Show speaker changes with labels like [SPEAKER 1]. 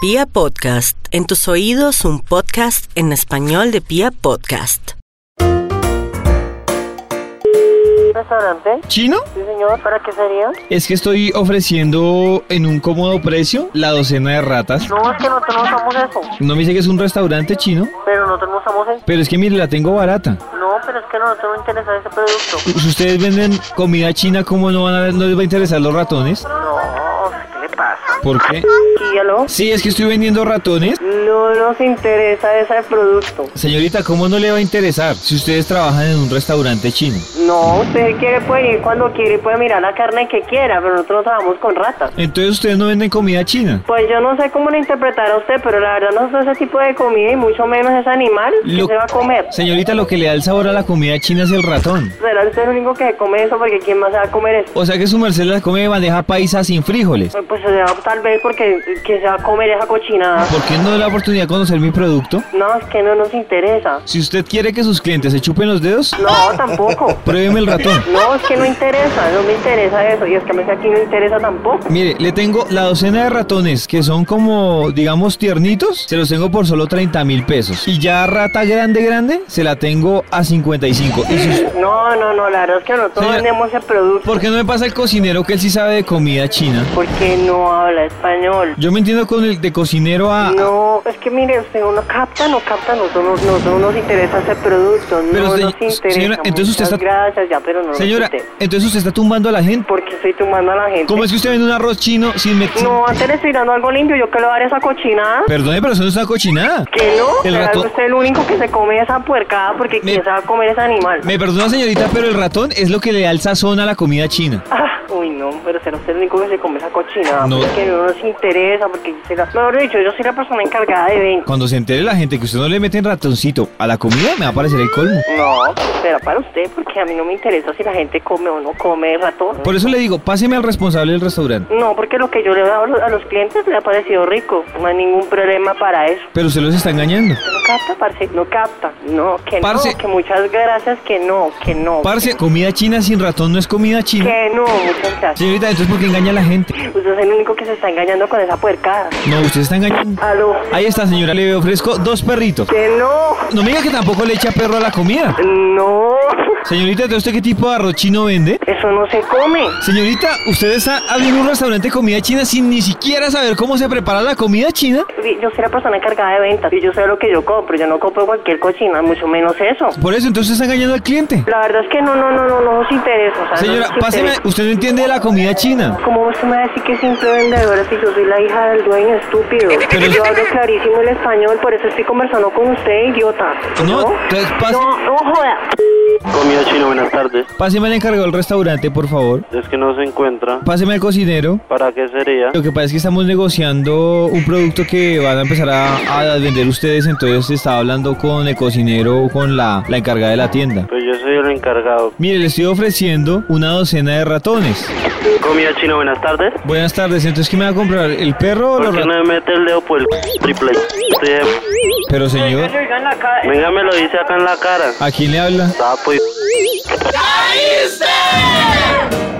[SPEAKER 1] Pia Podcast, en tus oídos un podcast en español de Pia Podcast.
[SPEAKER 2] ¿Restaurante?
[SPEAKER 3] ¿Chino?
[SPEAKER 2] Sí, señor. ¿Para qué sería?
[SPEAKER 3] Es que estoy ofreciendo en un cómodo precio la docena de ratas.
[SPEAKER 2] No, es que nosotros no usamos eso.
[SPEAKER 3] No me dice que es un restaurante chino,
[SPEAKER 2] Pero nosotros no usamos eso.
[SPEAKER 3] pero es que mire, la tengo barata.
[SPEAKER 2] No, pero es que a nosotros no interesa ese producto.
[SPEAKER 3] Si ustedes venden comida china, ¿cómo no, van a, no les va a interesar los ratones?
[SPEAKER 2] No, ¿qué le pasa?
[SPEAKER 3] ¿Por qué?
[SPEAKER 2] ¿Y aló?
[SPEAKER 3] Sí, es que estoy vendiendo ratones.
[SPEAKER 2] No nos interesa ese producto.
[SPEAKER 3] Señorita, ¿cómo no le va a interesar si ustedes trabajan en un restaurante chino?
[SPEAKER 2] No, usted quiere, puede ir cuando quiere, puede mirar la carne que quiera, pero nosotros no trabajamos con ratas.
[SPEAKER 3] Entonces ustedes no venden comida china.
[SPEAKER 2] Pues yo no sé cómo lo interpretará usted, pero la verdad no usa ese tipo de comida y mucho menos ese animal
[SPEAKER 3] Lo-
[SPEAKER 2] que se va a comer.
[SPEAKER 3] Señorita, lo que le da el sabor a la comida china es el ratón.
[SPEAKER 2] Será usted el único que se come eso porque quién más se va a comer eso.
[SPEAKER 3] O sea que su merced la come de bandeja paisa sin frijoles.
[SPEAKER 2] Pues se va tal vez porque que se va a comer esa cochinada.
[SPEAKER 3] ¿Por qué no da la oportunidad de conocer mi producto?
[SPEAKER 2] No, es que no nos interesa.
[SPEAKER 3] Si usted quiere que sus clientes se chupen los dedos,
[SPEAKER 2] No, tampoco.
[SPEAKER 3] pruébeme el ratón.
[SPEAKER 2] No, es que no interesa, no me interesa eso. Y es que a mí aquí no interesa tampoco.
[SPEAKER 3] Mire, le tengo la docena de ratones que son como, digamos, tiernitos. Se los tengo por solo 30 mil pesos. Y ya rata grande, grande, se la tengo a 55. Y si-
[SPEAKER 2] No, no, no, la verdad es que nosotros
[SPEAKER 3] Señora-
[SPEAKER 2] vendemos ese producto
[SPEAKER 3] ¿Por qué no me pasa el cocinero que él sí sabe de comida china?
[SPEAKER 2] porque no habla español.
[SPEAKER 3] Yo ah, me entiendo con el de cocinero a...
[SPEAKER 2] No, es que mire, usted uno capta, no capta, nosotros no, no nos interesa ese producto,
[SPEAKER 3] Pero,
[SPEAKER 2] no
[SPEAKER 3] se-
[SPEAKER 2] nos interesa.
[SPEAKER 3] señora, entonces usted
[SPEAKER 2] Muchas
[SPEAKER 3] está-
[SPEAKER 2] gracias, ya, pero no
[SPEAKER 3] Señora,
[SPEAKER 2] nos interesa.
[SPEAKER 3] entonces usted está tumbando a la gente.
[SPEAKER 2] Porque estoy tomando a la gente.
[SPEAKER 3] ¿Cómo es que usted vende un arroz chino sin... met-
[SPEAKER 2] No, antes le estoy dando algo limpio, yo que le voy a dar esa cochinada.
[SPEAKER 3] Perdone, pero eso no es una cochinada.
[SPEAKER 2] Que no,
[SPEAKER 3] El
[SPEAKER 2] ¿Será
[SPEAKER 3] ratón-
[SPEAKER 2] usted el único que se come esa puercada porque
[SPEAKER 3] Me-
[SPEAKER 2] quién se va a comer ese animal.
[SPEAKER 3] Me perdona, señorita, pero el ratón es lo que le da el sazón a la comida china.
[SPEAKER 2] Ah, uy, no, pero será usted el único que se come esa cochinada.
[SPEAKER 3] No.
[SPEAKER 2] Porque no nos interesa, porque será. Mejor dicho, yo soy la persona encargada de ventas.
[SPEAKER 3] Cuando se entere la gente que usted no le meten ratoncito a la comida, me va a parecer el colmo.
[SPEAKER 2] No, será para usted, porque a mí no me interesa si la gente come o no come ratón.
[SPEAKER 3] Por eso le digo, páseme al responsable del restaurante.
[SPEAKER 2] No, porque lo que yo le he dado a los- a los clientes le ha parecido rico. No hay ningún problema para eso.
[SPEAKER 3] Pero usted los está engañando.
[SPEAKER 2] No capta, parce, no capta. No, que
[SPEAKER 3] Parce-
[SPEAKER 2] no, que muchas gracias, que no, que no.
[SPEAKER 3] Parce, comida china sin ratón no es comida china.
[SPEAKER 2] Que no, muchas gracias.
[SPEAKER 3] Señorita, entonces ¿por qué engaña a la gente?
[SPEAKER 2] Usted es el único que se está engañando con esa puercada.
[SPEAKER 3] No, usted está engañando.
[SPEAKER 2] Aló,
[SPEAKER 3] Ahí está, señora, le ofrezco dos perritos.
[SPEAKER 2] que no,
[SPEAKER 3] No me diga que tampoco le echa perro a la comida.
[SPEAKER 2] no.
[SPEAKER 3] Señorita, ¿de usted qué tipo de arroz chino vende?
[SPEAKER 2] Eso no se come.
[SPEAKER 3] Señorita, ¿usted está abriendo un restaurante de comida china sin ni siquiera saber cómo se prepara la comida china?
[SPEAKER 2] Sí, Yo soy la persona encargada de ventas y yo sé lo que yo compro. Yo no compro cualquier cocina, mucho menos eso.
[SPEAKER 3] Por eso, entonces está engañando al cliente.
[SPEAKER 2] La verdad es que no, no, no, no, no nos interesa. o sea, no
[SPEAKER 3] Señora,
[SPEAKER 2] nos
[SPEAKER 3] páseme,
[SPEAKER 2] interesa.
[SPEAKER 3] usted no entiende de la comida china.
[SPEAKER 2] ¿Cómo usted me va a decir que simple vendedora si yo soy la hija del dueño, estúpido?
[SPEAKER 3] Pero-
[SPEAKER 2] Yo hablo clarísimo el español, por eso estoy conversando con usted, idiota.
[SPEAKER 3] No, entonces pase-
[SPEAKER 2] No, no joda.
[SPEAKER 4] Comida chino, buenas tardes.
[SPEAKER 3] Páseme al encargado del restaurante, por favor.
[SPEAKER 4] Es que no se encuentra.
[SPEAKER 3] Páseme al cocinero.
[SPEAKER 4] ¿Para qué sería?
[SPEAKER 3] Lo que pasa es que estamos negociando un producto que van a empezar a, a vender ustedes, entonces estaba hablando con el cocinero o con la, la encargada de la tienda.
[SPEAKER 4] Pues yo soy el encargado.
[SPEAKER 3] Mire, le estoy ofreciendo una docena de ratones.
[SPEAKER 4] Comida chino, buenas tardes.
[SPEAKER 3] Buenas tardes, entonces ¿qué me va a comprar? ¿El perro o
[SPEAKER 4] ¿Por
[SPEAKER 3] los
[SPEAKER 4] qué
[SPEAKER 3] ratones?
[SPEAKER 4] no me mete el dedo por el triple? Sí,
[SPEAKER 3] Pero señor,
[SPEAKER 4] Venga, me lo dice acá en la cara.
[SPEAKER 3] ¿a quién le habla?
[SPEAKER 4] Sapo y...